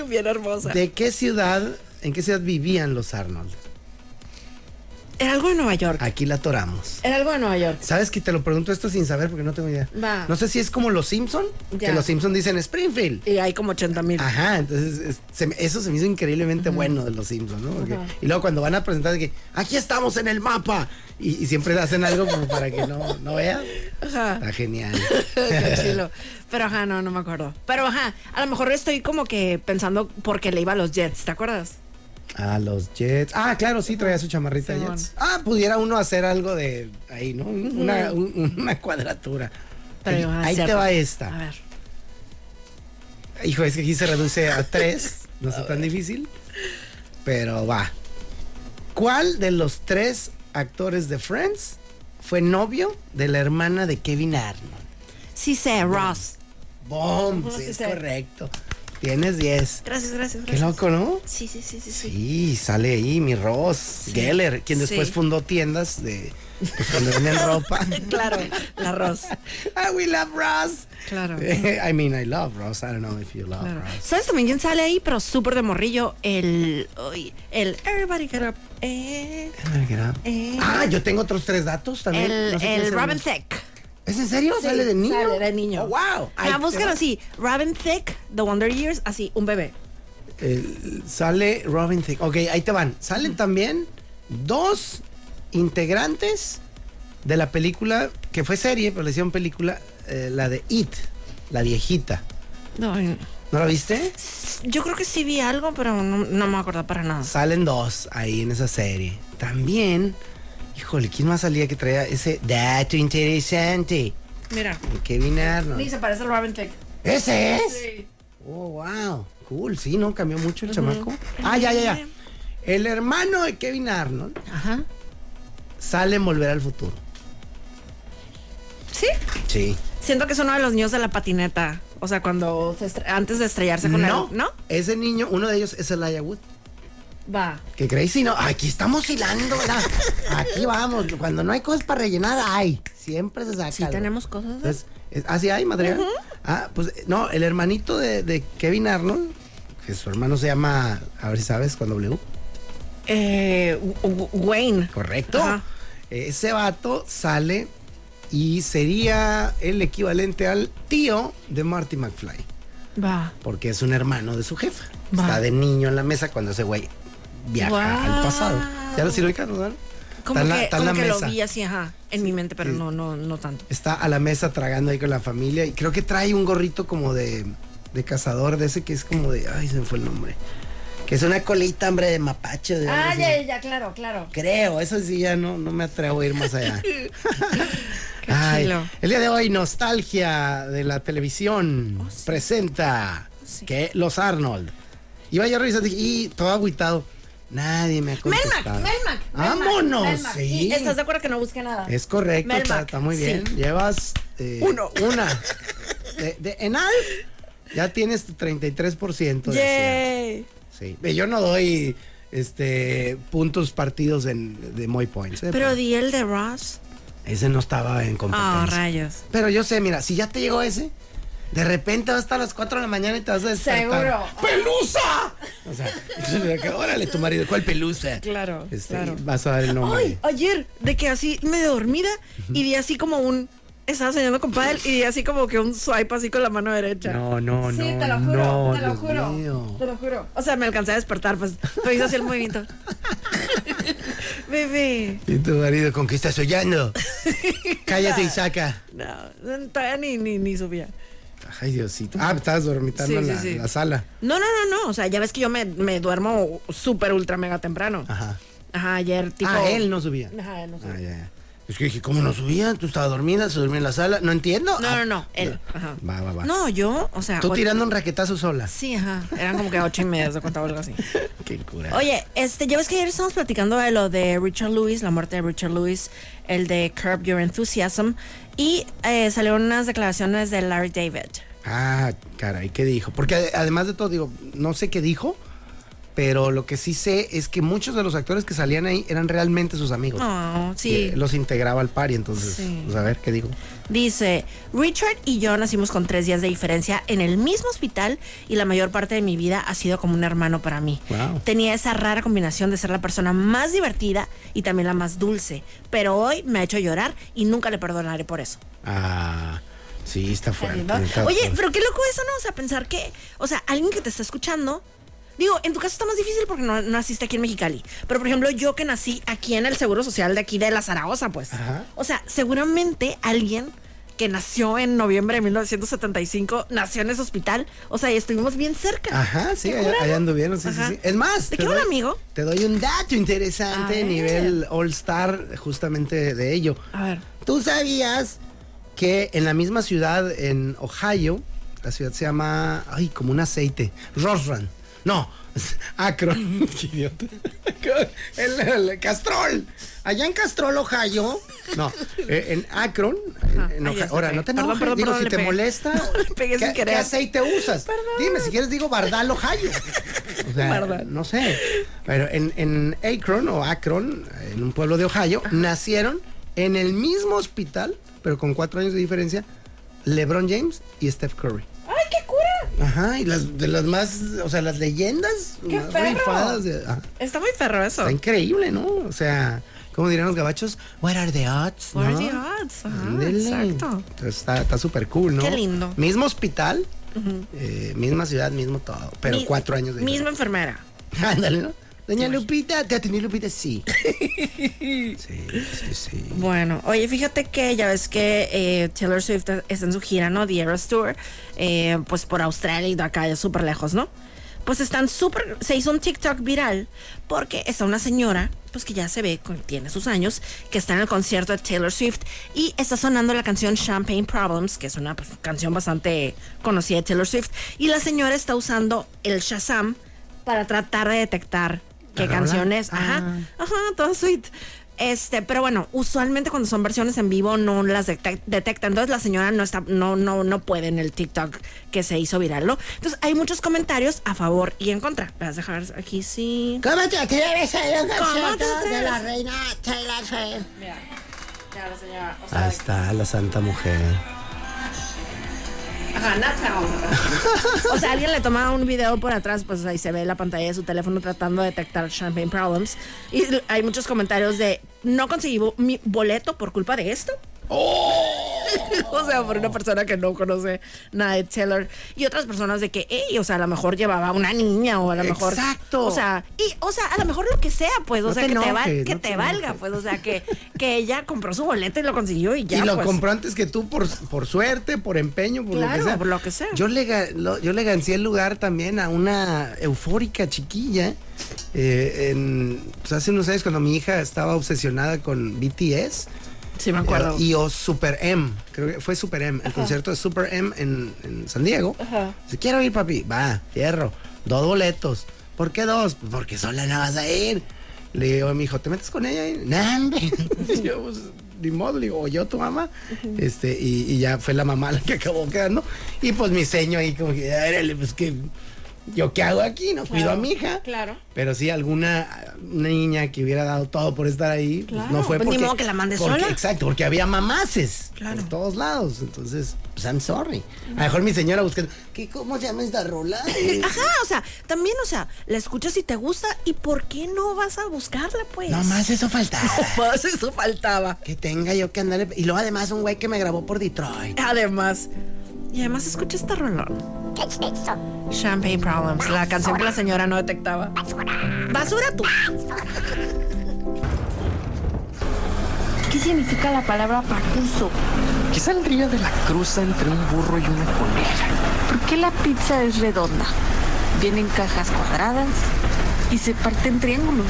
Speaker 6: Bien hermosa.
Speaker 8: ¿De qué ciudad, en qué ciudad vivían los Arnold?
Speaker 6: Era algo de Nueva York.
Speaker 8: Aquí la atoramos.
Speaker 6: Era algo de Nueva York.
Speaker 8: ¿Sabes que te lo pregunto esto sin saber porque no tengo idea?
Speaker 6: Va.
Speaker 8: No sé si es como los Simpson, que
Speaker 6: Ya.
Speaker 8: los Simpson dicen Springfield.
Speaker 6: Y hay como 80 mil.
Speaker 8: Ajá, entonces es- se me- eso se me hizo increíblemente bueno de los Simpsons, ¿no? Porque- y luego cuando van a presentar, de que aquí estamos en el mapa. Y, y siempre hacen algo como para que no, no vean.
Speaker 6: Ajá.
Speaker 8: Está genial.
Speaker 6: Qué chilo. Pero ajá, no, no me acuerdo. Pero ajá, a lo mejor estoy como que pensando porque le iba a los Jets, ¿te acuerdas?
Speaker 8: A los Jets. Ah, claro, sí, traía su chamarrita de
Speaker 6: Simón.
Speaker 8: Jets. Ah, pudiera uno hacer algo de ahí, ¿no? Una, un- una cuadratura.
Speaker 6: Pero ajá,
Speaker 8: ahí te
Speaker 6: cierto.
Speaker 8: va
Speaker 6: A
Speaker 8: esta.
Speaker 6: ver.
Speaker 8: Hijo, es que aquí se reduce a tres. No está tan difícil. Pero va. ¿Cuál de los tres actores de Friends fue novio de la hermana de Kevin Arnold?
Speaker 6: Sí sé, Ross.
Speaker 8: Bomb,
Speaker 6: Ujú,
Speaker 8: sí,
Speaker 6: sí
Speaker 8: es
Speaker 6: sé.
Speaker 8: correcto. Tienes 10.
Speaker 6: Gracias, gracias,
Speaker 8: Qué
Speaker 6: gracias.
Speaker 8: loco, ¿no?
Speaker 6: Sí, sí, sí, sí, sí.
Speaker 8: Sí, sale ahí mi Ross Geller, quien después
Speaker 6: Sí.
Speaker 8: fundó tiendas de pues, donde venden ropa.
Speaker 6: Claro, la Ross.
Speaker 8: Ah, we love Ross.
Speaker 6: Claro.
Speaker 8: I mean, I love Ross. I don't know if you love
Speaker 6: Claro.
Speaker 8: Ross.
Speaker 6: ¿Sabes también quién sale ahí? Pero súper de morrillo. El. uy, el. Everybody get up. eh, eh.
Speaker 8: Ah, yo tengo otros tres datos también.
Speaker 6: el
Speaker 8: No sé quién
Speaker 6: el
Speaker 8: es
Speaker 6: Robin Thicke.
Speaker 8: ¿Es en serio? ¿Sale de niño?
Speaker 6: Sale de niño.
Speaker 8: Oh, wow.
Speaker 6: Ah, buscan
Speaker 8: así.
Speaker 6: así. Robin Thicke, The Wonder Years, así, un bebé.
Speaker 8: El- sale Robin Thicke. Ok, ahí te van. Salen también dos integrantes de la película, que fue serie, pero le hicieron película, eh, la de It, la viejita.
Speaker 6: No,
Speaker 8: ¿No la viste?
Speaker 6: yo creo que sí vi algo, pero no, no me acuerdo para nada.
Speaker 8: Salen dos ahí en esa serie. También, híjole, ¿quién más salía que traía ese dato interesante?
Speaker 6: Mira,
Speaker 8: El Kevin Arnold.
Speaker 6: ni se parece al Robin Thicke.
Speaker 8: ¿Ese es?
Speaker 6: Sí.
Speaker 8: Oh, wow. Cool, sí, ¿no? Cambió mucho el chamaco. Ah, ya, ya, ya. El hermano de Kevin Arnold
Speaker 6: Ajá.
Speaker 8: sale en Volver al Futuro.
Speaker 6: Sí.
Speaker 8: Sí.
Speaker 6: Siento que es uno de los niños de la patineta. O sea, cuando se estre- antes de estrellarse con
Speaker 8: No,
Speaker 6: él. ¿No?
Speaker 8: Ese niño, uno de ellos es Elijah Wood.
Speaker 6: Va.
Speaker 8: ¿Qué crees? Si no, aquí estamos hilando, ¿verdad? Aquí vamos. Cuando no hay cosas para rellenar, hay. Siempre se saca.
Speaker 6: Sí,
Speaker 8: algo.
Speaker 6: tenemos cosas.
Speaker 8: Entonces, es- ah, sí hay, madre. Ah, pues no, el hermanito de, de Kevin Arnold, que su hermano se llama, a ver si sabes, con W.
Speaker 6: Eh, W- W- Wayne.
Speaker 8: Correcto.
Speaker 6: Ajá.
Speaker 8: Ese vato sale y sería el equivalente al tío de Marty McFly.
Speaker 6: Va.
Speaker 8: porque es un hermano de su jefa.
Speaker 6: Va.
Speaker 8: Está de niño en la mesa cuando ese güey viaja
Speaker 6: Guau.
Speaker 8: al pasado. Ya lo sirve, ¿verdad?
Speaker 6: Como
Speaker 8: Está en la-
Speaker 6: que,
Speaker 8: está en la
Speaker 6: como que lo
Speaker 8: mesa.
Speaker 6: vi así, ajá, en mi mente, pero no, no, no tanto.
Speaker 8: Está a la mesa tragando ahí con la familia y creo que trae un gorrito como de, de cazador, de ese que es como de. Ay, se me fue el nombre. Que es una colita, hombre, de mapache. de algo así.
Speaker 6: Ah, claro, claro.
Speaker 8: Creo, eso sí ya no, no me atrevo a ir más allá. Ay,
Speaker 6: chilo.
Speaker 8: el día de hoy, Nostalgia de la Televisión
Speaker 6: Oh,
Speaker 8: presenta que los Arnold. Iba yo revisando y todo agüitado. Nadie me ha
Speaker 6: Melmac,
Speaker 8: contestado.
Speaker 6: Melmac.
Speaker 8: ¡Vámonos!
Speaker 6: Melmac.
Speaker 8: Sí.
Speaker 6: Y ¿Estás de acuerdo que no busque nada?
Speaker 8: Es correcto,
Speaker 6: Melmac,
Speaker 8: está, está muy
Speaker 6: sí.
Speaker 8: bien. Llevas eh,
Speaker 6: Uno.
Speaker 8: una. De, de- en Alf ya tienes tu 33% de acierto.
Speaker 6: Yay.
Speaker 8: Sí. Eh, Yo no doy este puntos partidos en, de Moy Points. eh,
Speaker 6: Pero di el de Ross.
Speaker 8: ese no estaba en
Speaker 6: Ah,
Speaker 8: competencia.
Speaker 6: rayos.
Speaker 8: Pero yo sé, mira, si ya te llegó ese, de repente vas a estar a las 4 de la mañana y te vas a despertar.
Speaker 6: Seguro.
Speaker 8: ¡Pelusa! O sea, entonces, órale, tu marido, ¿cuál pelusa?
Speaker 6: Claro,
Speaker 8: Este,
Speaker 6: claro.
Speaker 8: y Vas a dar el nombre.
Speaker 6: Ay, ayer, de que así me dormida y vi así como un. Estaba soñando con Padel y di así como que un swipe así con la mano derecha.
Speaker 8: No, no, no.
Speaker 6: Sí, te lo juro,
Speaker 8: no,
Speaker 6: te lo
Speaker 8: Dios
Speaker 6: juro.
Speaker 8: mío.
Speaker 6: Te lo juro. O sea, me alcancé a despertar, pues. Pero hice así el movimiento. Bebé.
Speaker 8: ¿Y tu marido con qué estás soñando? Cállate y saca.
Speaker 6: No, todavía ni, ni, ni subía.
Speaker 8: Ay, Diosito. Ah, estabas dormitando
Speaker 6: Sí,
Speaker 8: en
Speaker 6: sí,
Speaker 8: la,
Speaker 6: sí.
Speaker 8: la sala.
Speaker 6: No, no, no, no. O sea, ya ves que yo me, me duermo súper ultra mega temprano.
Speaker 8: Ajá.
Speaker 6: Ajá, ayer tipo.
Speaker 8: ah, él no subía.
Speaker 6: Ajá, él no subía.
Speaker 8: Ah, ya, ya. Es que dije, ¿cómo no subía? Tú estabas dormida, se dormía en la sala. No entiendo.
Speaker 6: No,
Speaker 8: Ah,
Speaker 6: no, no, él. Ajá.
Speaker 8: Va, va, va.
Speaker 6: No, yo, o sea.
Speaker 8: Tú
Speaker 6: ocho-
Speaker 8: tirando un raquetazo sola.
Speaker 6: Sí, ajá. Eran como que ocho y media, se contaba algo así.
Speaker 8: Qué cura.
Speaker 6: Oye, este, ya ves que ayer estábamos platicando de lo de Richard Lewis, la muerte de Richard Lewis, el de Curb Your Enthusiasm, y eh, salieron unas declaraciones de Larry David.
Speaker 8: Ah, caray, ¿qué dijo? Porque ade- además de todo, digo, no sé qué dijo, pero lo que sí sé es que muchos de los actores que salían ahí eran realmente sus amigos.
Speaker 6: Oh,
Speaker 8: Y,
Speaker 6: sí.
Speaker 8: eh, los integraba al party, entonces,
Speaker 6: Sí.
Speaker 8: pues a ver, ¿qué dijo?
Speaker 6: Dice, Richard y yo nacimos con tres días de diferencia en el mismo hospital y la mayor parte de mi vida ha sido como un hermano para mí.
Speaker 8: Wow.
Speaker 6: Tenía esa rara combinación de ser la persona más divertida y también la más dulce, pero hoy me ha hecho llorar y nunca le perdonaré por eso.
Speaker 8: Ah, sí, está fuerte.
Speaker 6: ¿no?
Speaker 8: está
Speaker 6: Oye,
Speaker 8: fuerte.
Speaker 6: pero qué loco eso, ¿no? O sea, pensar que, o sea, alguien que te está escuchando. Digo, en tu caso está más difícil porque no no naciste aquí en Mexicali. Pero, por ejemplo, yo que nací aquí en el Seguro Social de aquí de la Zaragoza, pues.
Speaker 8: Ajá.
Speaker 6: O sea, seguramente alguien que nació en noviembre de 1975 nació en ese hospital. O sea, y estuvimos bien cerca.
Speaker 8: Ajá, sí,
Speaker 6: ¿Te
Speaker 8: allá,
Speaker 6: juro,
Speaker 8: allá
Speaker 6: no?
Speaker 8: anduvieron, sí,
Speaker 6: Ajá.
Speaker 8: sí, sí. Es más,
Speaker 6: ¿De
Speaker 8: te
Speaker 6: qué va un
Speaker 8: doy-
Speaker 6: amigo?
Speaker 8: Te doy un
Speaker 6: A
Speaker 8: dato interesante
Speaker 6: ver.
Speaker 8: nivel All Star, justamente de ello.
Speaker 6: A ver.
Speaker 8: ¿Tú sabías que en la misma ciudad, en Ohio, la ciudad se llama, ay, como un aceite, Rosran. No, Akron. Qué idiota. El, el Castrol. Allá en Castrol, Ohio. No, eh, en Akron. en- en
Speaker 6: Ay,
Speaker 8: Ohio.
Speaker 6: ya sé,
Speaker 8: Ahora, no te
Speaker 6: perdón,
Speaker 8: enojes.
Speaker 6: perdón,
Speaker 8: Digo,
Speaker 6: perdón,
Speaker 8: si
Speaker 6: le
Speaker 8: te
Speaker 6: pegué.
Speaker 8: molesta,
Speaker 6: Le pegué sin
Speaker 8: ¿qué,
Speaker 6: querer.
Speaker 8: qué aceite usas?
Speaker 6: Perdón.
Speaker 8: Dime, si quieres digo Bardal, Ohio. O sea,
Speaker 6: Bardal.
Speaker 8: No sé. Pero en, en Akron o Akron, en un pueblo de Ohio, nacieron en el mismo hospital, pero con cuatro años de diferencia, LeBron James y Steph Curry.
Speaker 6: ¡Ay, qué cura!
Speaker 8: Ajá, y las de las más, o sea, las leyendas
Speaker 6: ¡Qué
Speaker 8: más
Speaker 6: perro!
Speaker 8: rifadas de- ajá.
Speaker 6: Está muy perro eso.
Speaker 8: Está increíble, ¿no? O sea, como dirían los gabachos, what are the odds?
Speaker 6: What are
Speaker 8: ¿no?
Speaker 6: the odds? Ajá,
Speaker 8: Ándele.
Speaker 6: exacto.
Speaker 8: Entonces, Está está súper cool, ¿no?
Speaker 6: Qué lindo.
Speaker 8: Mismo hospital, eh, misma ciudad, mismo todo, pero
Speaker 6: Mi-
Speaker 8: cuatro años de
Speaker 6: Misma enfermera.
Speaker 8: diferencia. Ándale, ¿no? Doña Lupita, ¿te atendió Lupita? Sí. sí, sí, sí.
Speaker 6: Bueno, oye, fíjate que ya ves que eh, Taylor Swift está en su gira, ¿no? The Eras Tour, eh, pues por Australia y de acá de súper lejos, ¿no? Pues están súper, se hizo un TikTok viral porque está una señora, pues que ya se ve, con- tiene sus años, que está en el concierto de Taylor Swift y está sonando la canción Champagne Problems, que es una pues, canción bastante conocida de Taylor Swift, y la señora está usando el Shazam para tratar de detectar qué
Speaker 8: rola?
Speaker 6: canción es. Ajá. Ajá, todo sweet. Este, pero bueno, usualmente cuando son versiones en vivo no las detec- detecta. Entonces la señora no está, no, no, no puede en el TikTok que se hizo viral, ¿no? Entonces hay muchos comentarios a favor y en contra. Vas a dejar aquí sí.
Speaker 7: ¿Cómo te atreves a ir a un
Speaker 6: ¿Cómo te
Speaker 7: concierto de la
Speaker 6: atreves?
Speaker 7: reina Taylor Swift?
Speaker 6: Mira, ya la señora. O
Speaker 8: Ahí está la santa mujer.
Speaker 6: Ajá, not found. O sea, alguien le toma un video por atrás, pues ahí se ve la pantalla de su teléfono tratando de detectar champagne problems. Y l- hay muchos comentarios de no conseguí bo- mi boleto por culpa de esto.
Speaker 8: Oh.
Speaker 6: o sea, por una persona que no conoce nada de Taylor. Y otras personas de que, hey, o sea, a lo mejor llevaba una niña o a lo mejor.
Speaker 8: Exacto.
Speaker 6: O sea, y, o sea, a lo mejor lo que sea, pues, o
Speaker 8: No
Speaker 6: sea,
Speaker 8: te
Speaker 6: que, te, va-
Speaker 8: enojes,
Speaker 6: que
Speaker 8: no
Speaker 6: te
Speaker 8: te
Speaker 6: valga,
Speaker 8: enojes.
Speaker 6: pues, o sea, que, que ella compró su boleto y lo consiguió y ya.
Speaker 8: y lo
Speaker 6: pues.
Speaker 8: compró antes que tú por, por suerte, por empeño, por lo que
Speaker 6: Claro,
Speaker 8: sea.
Speaker 6: por lo que sea.
Speaker 8: Yo le, ga- lo- yo le gancé el lugar también a una eufórica chiquilla. eh, en, pues, hace unos años cuando mi hija estaba obsesionada con BTS.
Speaker 6: Sí, me acuerdo.
Speaker 8: eh, y o Super M, creo que fue Super M, el concierto de Super M en, en San Diego. Si quiero ir, papi, va, fierro, dos boletos. ¿Por qué dos? Pues porque sola no vas a ir. Le digo a mi hijo, ¿te metes con ella? Y, "Nah, hombre". yo, pues, ni modo, le digo, o yo, tu mamá. este, y, y ya fue la mamá la que acabó quedando. Y pues mi seño ahí como que, "Árale, pues que... ¿Yo qué hago aquí? No cuido a mi hija.
Speaker 6: claro.
Speaker 8: Pero sí, alguna una niña que hubiera dado todo por estar ahí, pues,
Speaker 6: Claro.
Speaker 8: no fue
Speaker 6: Pues, ni
Speaker 8: porque...
Speaker 6: modo que la mandes
Speaker 8: porque-
Speaker 6: sola.
Speaker 8: Exacto, porque había mamaces
Speaker 6: Claro.
Speaker 8: por todos lados. Entonces, pues I'm sorry. A lo mejor mi señora buscando, ¿qué, ¿cómo se llama esta rola? Este,
Speaker 6: Ajá, o sea, también, o sea, la escuchas y te gusta, ¿y por qué no vas a buscarla, pues?
Speaker 8: no más eso faltaba.
Speaker 6: Más eso faltaba.
Speaker 8: que tenga yo que andar. Y luego además un güey que me grabó por Detroit.
Speaker 6: Además, y además escucha este rolón. Champagne Problems, la canción que la señora no detectaba. Basura tú.
Speaker 1: ¿Qué significa la palabra pacuso?
Speaker 4: ¿Qué saldría de la cruza entre un burro y una coneja?
Speaker 1: ¿Por qué la pizza es redonda? Viene en cajas cuadradas y se parte en triángulos.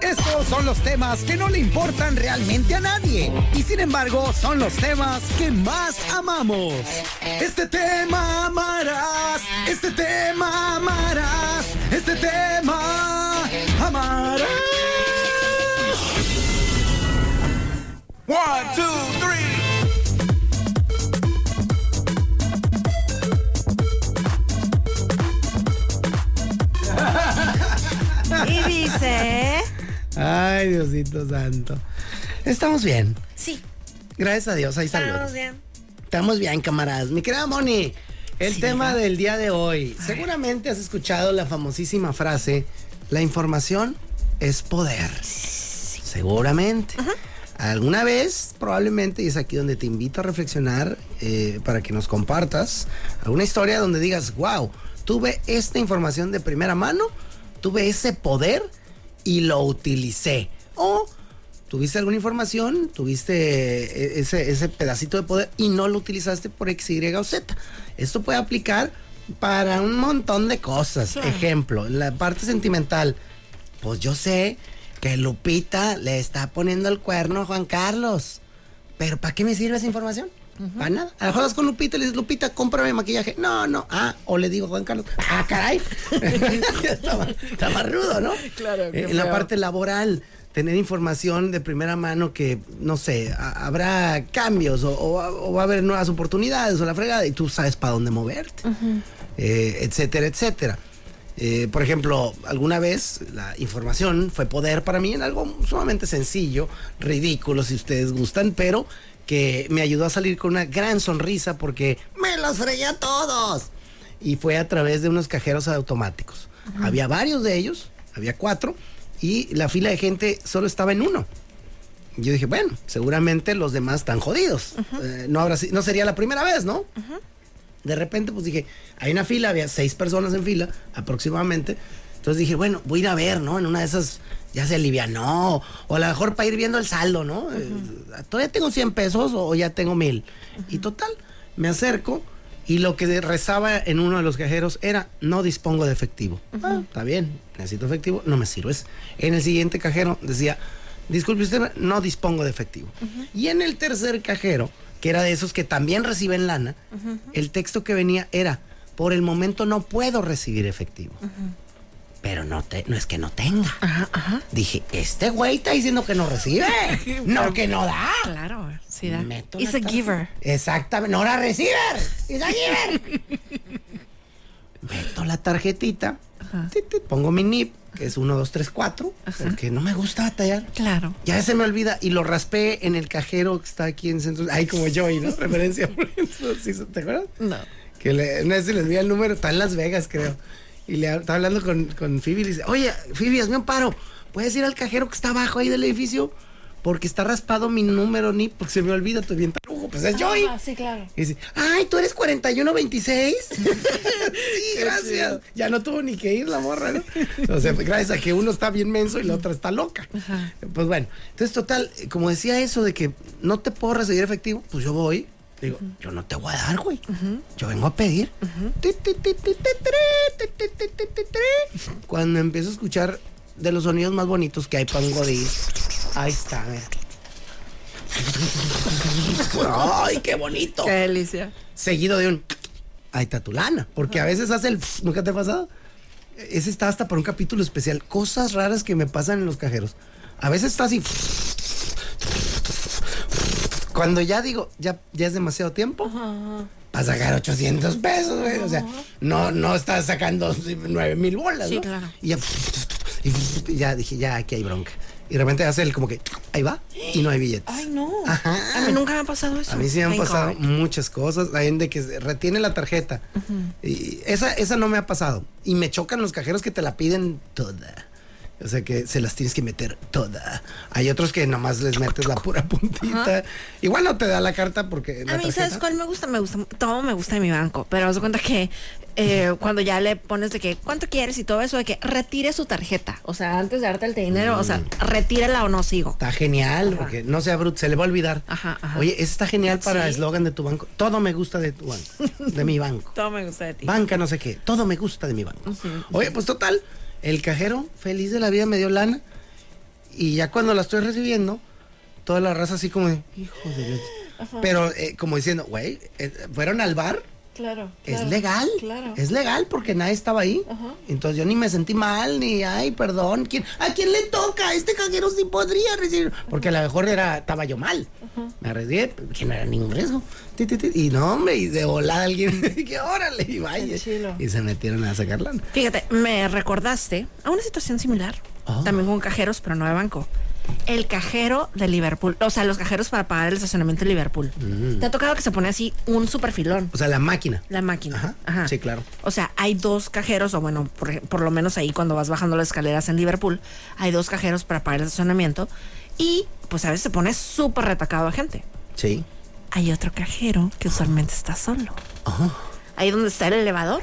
Speaker 9: Estos son los temas que no le importan realmente a nadie y sin embargo son los temas que más amamos. Este tema amarás, este tema amarás, este tema amarás. One, two, three.
Speaker 6: Y dice.
Speaker 8: Ay, Diosito santo. Estamos bien.
Speaker 6: Sí,
Speaker 8: Gracias a Dios, ahí
Speaker 6: estamos
Speaker 8: salimos.
Speaker 6: bien.
Speaker 8: Estamos bien, camaradas. Mi querida Moni, el tema del día de hoy. Seguramente has escuchado la famosísima frase, la información es poder. Seguramente. Alguna vez, probablemente, y es aquí donde te invito a reflexionar eh, para que nos compartas alguna historia donde digas, wow, tuve esta información de primera mano, tuve ese poder y lo utilicé. O tuviste alguna información, tuviste eh, ese, ese pedacito de poder y no lo utilizaste por X, Y o Z. Esto puede aplicar para un montón de cosas. Ejemplo, la parte sentimental. Pues yo sé que Lupita le está poniendo el cuerno a Juan Carlos. Pero ¿para qué me sirve esa información? Para nada. A lo mejor vas con Lupita y le dices, Lupita, cómprame maquillaje. No, no. Ah, o le digo, Juan Carlos, ah, caray. está, más, está más rudo, ¿no?
Speaker 6: Claro, qué
Speaker 8: Eh, En la
Speaker 6: feo.
Speaker 8: parte laboral, tener información de primera mano que, no sé, a- habrá cambios o, o- o va a haber nuevas oportunidades o la fregada y tú sabes para dónde moverte, Eh, etcétera, etcétera. Eh, por ejemplo, alguna vez la información fue poder para mí en algo sumamente sencillo, ridículo si ustedes gustan, pero que me ayudó a salir con una gran sonrisa porque me los fregué a todos. Y fue a través de unos cajeros automáticos. Había varios de ellos, había cuatro, y la fila de gente solo estaba en uno. Yo dije, bueno, seguramente los demás están jodidos. Eh, no, habrá si- no sería la primera vez, ¿no? De repente, pues dije, hay una fila, había seis personas en fila aproximadamente. Entonces dije, bueno, voy a ir a ver, ¿no? En una de esas ya se alivianó. O a lo mejor para ir viendo el saldo, ¿no? Eh, Todavía tengo 100 pesos o ya tengo mil. Y total, me acerco y lo que rezaba en uno de los cajeros era, no dispongo de efectivo. Ah, está bien, necesito efectivo, no me sirves. En el siguiente cajero decía, disculpe usted, no dispongo de efectivo. Y en el tercer cajero, que era de esos que también reciben lana, el texto que venía era, por el momento no puedo recibir efectivo. Pero no, te, no es que no tenga. Dije, este güey está diciendo que no recibe, no que no da.
Speaker 6: Claro, sí da.
Speaker 8: Meto la
Speaker 6: It's a
Speaker 8: cara.
Speaker 6: giver.
Speaker 8: Exactamente. No la receiver. It's a giver. Meto la tarjetita. tit, tit, pongo mi NIP, que es 1234, porque no me gusta batallar.
Speaker 6: Claro.
Speaker 8: Ya se me olvida y lo raspé en el cajero que está aquí en centro. Ahí como yo, ¿no? Referencia. por eso, ¿sí se- ¿Te acuerdas?
Speaker 6: No.
Speaker 8: Que le, una vez se les vi el número, está en Las Vegas, creo. Y le hab- estaba hablando con, con Phoebe y le dice, oye, Phoebe, hazme un paro. ¿Puedes ir al cajero que está abajo ahí del edificio? Porque está raspado mi número, ni porque se me olvida tu bien tarugo. Pues es Joy.
Speaker 6: Ah, sí, claro.
Speaker 8: Y dice, ay, ¿tú eres 4126? sí, gracias. Ya no tuvo ni que ir la morra, ¿no? O sea, pues, gracias a que uno está bien menso y la otra está loca. Pues bueno, entonces total, eh, como decía eso de que no te puedo recibir efectivo, pues yo voy. Digo, yo no te voy a dar, güey. Yo vengo a pedir. Ti, ti, ti, ti, ti, tri, ti, ti, ti, ti, ti, tri. Cuando empiezo a escuchar de los sonidos más bonitos que hay para un godín, ahí está, mira. ¡Ay, qué bonito!
Speaker 6: Qué delicia.
Speaker 8: seguido de un ahí está tu lana, porque a veces hace el nunca te ha pasado. Ese está hasta para un capítulo especial, cosas raras que me pasan en los cajeros. A veces está así cuando ya digo, ya ya es demasiado tiempo. Para sacar 800 pesos, güey. O sea, no, no estás sacando 9 mil bolas,
Speaker 6: Sí,
Speaker 8: ¿no?
Speaker 6: claro.
Speaker 8: Y ya, y ya dije, ya aquí hay bronca. Y de repente hace el como que, ahí va, y no hay billetes.
Speaker 6: Ay, no.
Speaker 8: Ajá.
Speaker 6: A mí nunca me ha pasado eso.
Speaker 8: A mí sí me han
Speaker 6: Thank
Speaker 8: pasado
Speaker 6: God.
Speaker 8: muchas cosas. Hay de que se retiene la tarjeta. y esa, esa no me ha pasado. Y me chocan los cajeros que te la piden toda. O sea que se las tienes que meter toda. Hay otros que nomás les metes la pura puntita. Igual no te da la carta porque. La
Speaker 6: A mí,
Speaker 8: tarjeta-
Speaker 6: ¿sabes cuál me gusta? Me gusta, todo me gusta de mi banco, pero haz de cuenta que eh, cuando ya le pones de que cuánto quieres y todo eso, de que retire su tarjeta. O sea, antes de darte el dinero, o sea, retírala o no sigo.
Speaker 8: Está genial, porque no sea bruto, se le va a olvidar.
Speaker 6: Ajá, ajá.
Speaker 8: Oye, ese está genial para
Speaker 6: Sí.
Speaker 8: eslogan de tu banco. Todo me gusta de tu banco, de mi banco.
Speaker 6: Todo me gusta de ti.
Speaker 8: Banca, no sé qué. Todo me gusta de mi banco. Oye, pues total, el cajero feliz de la vida me dio lana. Y ya cuando la estoy recibiendo, toda la raza así como de, hijo de la-". Pero eh, como diciendo, güey, eh, fueron al bar.
Speaker 6: Claro.
Speaker 8: Es legal, es legal porque nadie estaba ahí. Entonces yo ni me sentí mal, ni, ay, perdón, ¿quién, ¿a quién le toca? Este cajero sí podría recibir. Porque a lo mejor era, estaba yo mal. Me arriesgué, que no era ningún riesgo. Ti, ti, ti, Y no, hombre, y de volada alguien, que órale, y vaya. Y se metieron a sacar lana.
Speaker 6: Fíjate, me recordaste a una situación similar,
Speaker 8: Ah.
Speaker 6: también con cajeros, pero no de banco. El cajero de Liverpool, o sea, los cajeros para pagar el estacionamiento de Liverpool.
Speaker 8: Mm.
Speaker 6: Te ha tocado que se pone así un superfilón.
Speaker 8: O sea, la máquina.
Speaker 6: La máquina.
Speaker 8: Ajá, sí, claro.
Speaker 6: O sea, hay dos cajeros, o bueno, por, ej- por lo menos ahí cuando vas bajando las escaleras en Liverpool, hay dos cajeros para pagar el estacionamiento. Y pues a veces se pone súper retacado a gente.
Speaker 8: Sí.
Speaker 6: Hay otro cajero que usualmente está solo. Ahí donde está el elevador,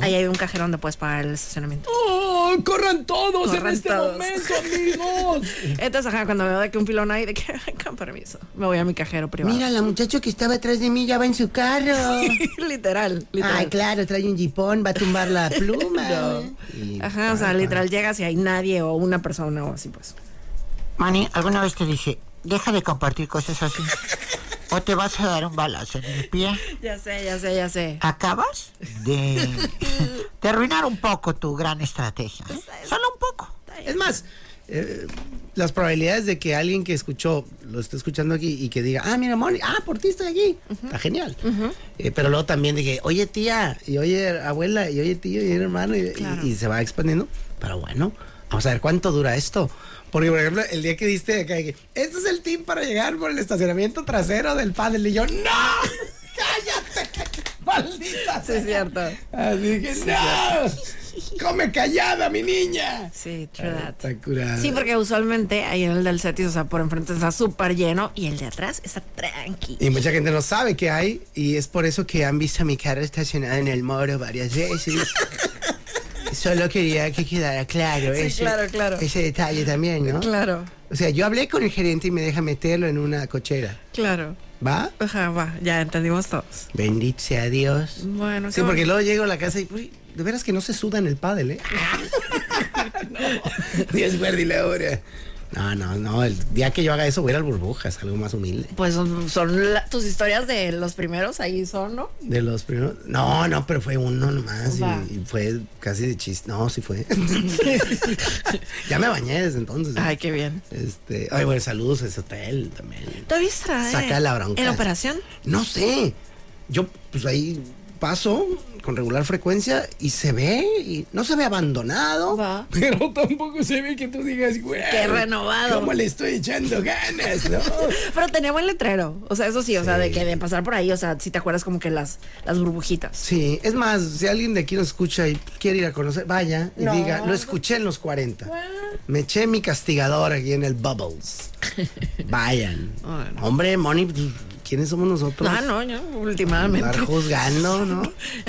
Speaker 6: ahí hay un cajero donde puedes pagar el estacionamiento.
Speaker 8: ¡Oh, corran todos
Speaker 6: Corran todos.
Speaker 8: amigos!
Speaker 6: Entonces, ajá, cuando veo de que un pilón hay, de que, "Ay, con permiso, me voy a mi cajero privado.
Speaker 8: Mira, la muchacha que estaba atrás de mí ya va en su carro.
Speaker 6: literal, literal.
Speaker 8: Ay, claro, trae un jipón, va a tumbar la pluma. Y
Speaker 6: Ajá, o sea, literal llegas y hay nadie o una persona o así, pues.
Speaker 7: Manny, ¿alguna vez te dije, deja de compartir cosas así? o te vas a dar un balazo en el pie.
Speaker 6: Ya sé, ya sé, ya sé.
Speaker 7: Acabas de, de arruinar un poco tu gran estrategia. ¿eh? Solo un poco.
Speaker 8: Es más, eh, las probabilidades de que alguien que escuchó, lo esté escuchando aquí y que diga, ah, mira, Moni, ah, por ti estoy aquí. Está genial. Eh, pero luego también de que, oye, tía, y oye, abuela, y oye, tío, y oye, hermano, y, y- y se va expandiendo. Pero bueno, vamos a ver cuánto dura esto. Porque, por ejemplo, el día que diste de acá, de que, este es el team para llegar por el estacionamiento trasero del panel. Y yo, ¡No! ¡Cállate! ¡Maldita!
Speaker 6: Sí, es cierto.
Speaker 8: Así que, ¡No! ¡Come callada, mi niña!
Speaker 6: Sí, true that.
Speaker 8: Está curada.
Speaker 6: Sí, porque usualmente ahí en el del Cetis, o sea, por enfrente está súper lleno y el de atrás está tranqui.
Speaker 8: Y mucha gente no sabe qué hay y es por eso que han visto a mi carro estacionada en el moro varias veces. Solo quería que quedara claro,
Speaker 6: Sí,
Speaker 8: ese,
Speaker 6: claro, claro.
Speaker 8: ese detalle también, ¿no?
Speaker 6: Claro,
Speaker 8: O sea, yo hablé con el gerente y me deja meterlo en una cochera.
Speaker 6: claro.
Speaker 8: ¿Va?
Speaker 6: Ajá, va, ya entendimos todos.
Speaker 8: Bendito sea Dios.
Speaker 6: Bueno,
Speaker 8: Sí,
Speaker 6: qué
Speaker 8: porque
Speaker 6: bueno.
Speaker 8: luego llego a la casa y, uy, de veras que no se suda en el pádel, ¿eh? no. Dios guarde la hora. No, no, no. El día que yo haga eso voy a ir al burbujas, algo más humilde.
Speaker 6: Pues son, son la- tus historias de los primeros ahí son, ¿no?
Speaker 8: De los primeros. No, no, pero fue uno nomás.
Speaker 6: Va.
Speaker 8: Y, y fue casi de chiste. No, sí fue. ya me bañé desde entonces. ¿eh?
Speaker 6: Ay, qué bien.
Speaker 8: Este, ay, bueno, saludos a ese hotel también.
Speaker 6: ¿Todavía estará
Speaker 8: Saca
Speaker 6: en-
Speaker 8: la bronca.
Speaker 6: en operación?
Speaker 8: No sé. Yo, pues ahí paso con regular frecuencia y se ve. Y no se ve abandonado.
Speaker 6: Va.
Speaker 8: Pero tampoco se ve que tú digas, güey.
Speaker 6: Qué renovado.
Speaker 8: ¿Cómo le estoy echando ganas, no?
Speaker 6: Pero tenía buen letrero. O sea, eso sí, o sea, de que de pasar por ahí, o sea, si te acuerdas como que las, las burbujitas.
Speaker 8: Sí, es más, si alguien de aquí nos escucha y quiere ir a conocer, vaya y diga, lo escuché en los 40. Me eché mi castigador aquí en el Bubbles. Vayan. Hombre, Moni, pues, ¿quiénes somos nosotros?
Speaker 6: Ah, no, yo, últimamente.
Speaker 8: Andar juzgando, ¿no?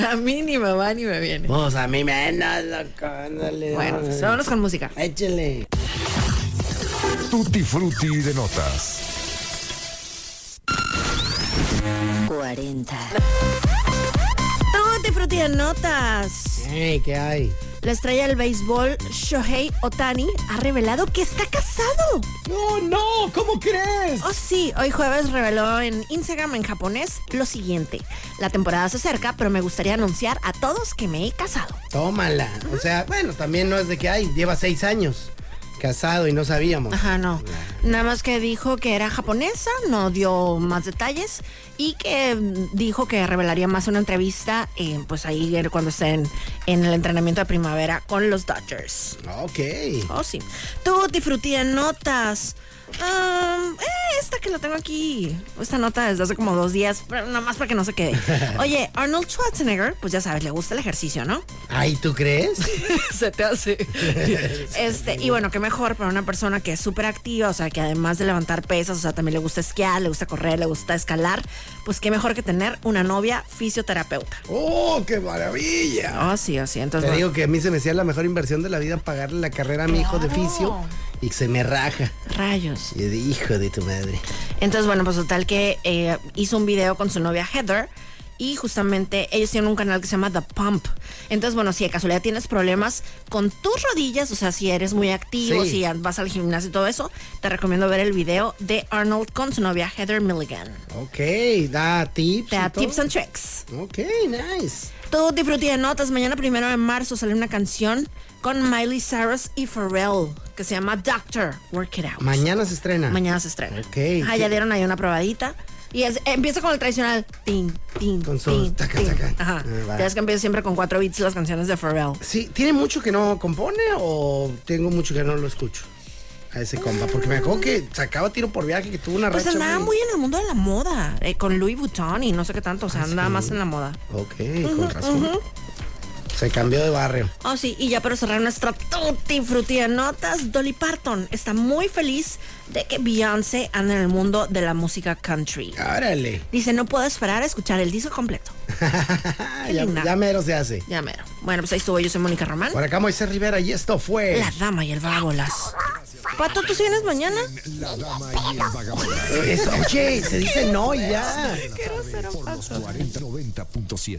Speaker 6: A mí ni me va ni me viene.
Speaker 8: Pues a mí menos, loco. ándale,
Speaker 6: Bueno,
Speaker 8: ándale.
Speaker 6: pues, vámonos con música.
Speaker 8: Échale.
Speaker 5: Tutti Frutti de notas.
Speaker 10: 40.
Speaker 6: Tutti frutti de notas.
Speaker 8: Ey, ¿qué hay?
Speaker 6: La estrella del béisbol Shohei Otani ha revelado que está casado.
Speaker 8: No, no, ¿cómo crees?
Speaker 6: Oh sí, hoy jueves reveló en Instagram en japonés lo siguiente. La temporada se acerca, pero me gustaría anunciar a todos que me he casado.
Speaker 8: Tómala. O sea, bueno, también no es de que hay, lleva seis años casado y no sabíamos.
Speaker 6: Ajá, no. Nada más que dijo que era japonesa, no dio más detalles y que mm, dijo que revelaría más en una entrevista, eh, pues ahí era cuando estén en el entrenamiento de primavera con los Dodgers.
Speaker 8: Ok.
Speaker 6: Oh, sí. Tutti frutti de notas. Um, eh, esta que la tengo aquí. Esta nota desde hace como dos días, pero nomás para que no se quede. Oye, Arnold Schwarzenegger, pues ya sabes, le gusta el ejercicio, ¿no?
Speaker 8: Ay, ¿tú crees?
Speaker 6: se te hace. este, y bueno, qué mejor para una persona que es súper activa, o sea, que además de levantar pesas, o sea, también le gusta esquiar, le gusta correr, le gusta escalar, pues qué mejor que tener una novia fisioterapeuta.
Speaker 8: ¡Oh, qué maravilla!
Speaker 6: Oh, sí, oh, sí. Entonces,
Speaker 8: Ah. Te
Speaker 6: bueno.
Speaker 8: digo que a mí se me hacía la mejor inversión de la vida pagarle la carrera a mi hijo de fisio y se me raja.
Speaker 6: rayos.
Speaker 8: Y yo de hijo de tu madre.
Speaker 6: Entonces, bueno, pues total que eh, hizo un video con su novia Heather. Y justamente ellos tienen un canal que se llama The Pump. Entonces, bueno, si de casualidad tienes problemas con tus rodillas, o sea, si eres muy activo,
Speaker 8: Sí.
Speaker 6: si vas al gimnasio y todo eso, te recomiendo ver el video de Arnold con su novia Heather Milligan.
Speaker 8: Ok, da tips.
Speaker 6: Te
Speaker 8: y
Speaker 6: da
Speaker 8: todo.
Speaker 6: tips and tricks.
Speaker 8: Ok, nice.
Speaker 6: Todo disfruté de notas. Mañana, primero de marzo, sale una canción con Miley Cyrus y Pharrell que se llama Doctor Work It Out.
Speaker 8: Mañana se estrena.
Speaker 6: Mañana se estrena.
Speaker 8: Ok.
Speaker 6: Ajá, ya dieron ahí una probadita. Y es- empieza con el tradicional. Tin, tin,
Speaker 8: Con sus
Speaker 6: tin,
Speaker 8: taca,
Speaker 6: tin.
Speaker 8: taca.
Speaker 6: Ajá.
Speaker 8: Ah, va.
Speaker 6: Ya es que empieza siempre con cuatro beats las canciones de Pharrell.
Speaker 8: Sí, ¿tiene mucho que no compone o tengo mucho que no lo escucho? A ese compa, porque me acuerdo que sacaba tiro por viaje, que tuvo una
Speaker 6: Pues
Speaker 8: racha.
Speaker 6: andaba muy en el mundo de la moda. eh, con Louis Vuitton y no sé qué tanto. O
Speaker 8: Ah,
Speaker 6: sea, andaba más en la moda.
Speaker 8: Ok, con razón. Se cambió de barrio.
Speaker 6: Oh, sí, y ya para cerrar nuestra tutti frutti de notas, Dolly Parton está muy feliz de que Beyoncé anda en el mundo de la música country.
Speaker 8: Árale.
Speaker 6: Dice, no puedo esperar a escuchar el disco completo. Qué
Speaker 8: ya,
Speaker 6: linda.
Speaker 8: ya mero se hace.
Speaker 6: Ya mero. Bueno, pues ahí estuvo, yo soy Mónica Román.
Speaker 8: Por acá Moisés Rivera y esto fue...
Speaker 6: La dama y el vagabolas. Pato, ¿tú sí vienes mañana?
Speaker 5: La dama y el vagabundo.
Speaker 8: Eso, oye, se dice no y ya.
Speaker 5: Por los 40, 90.7.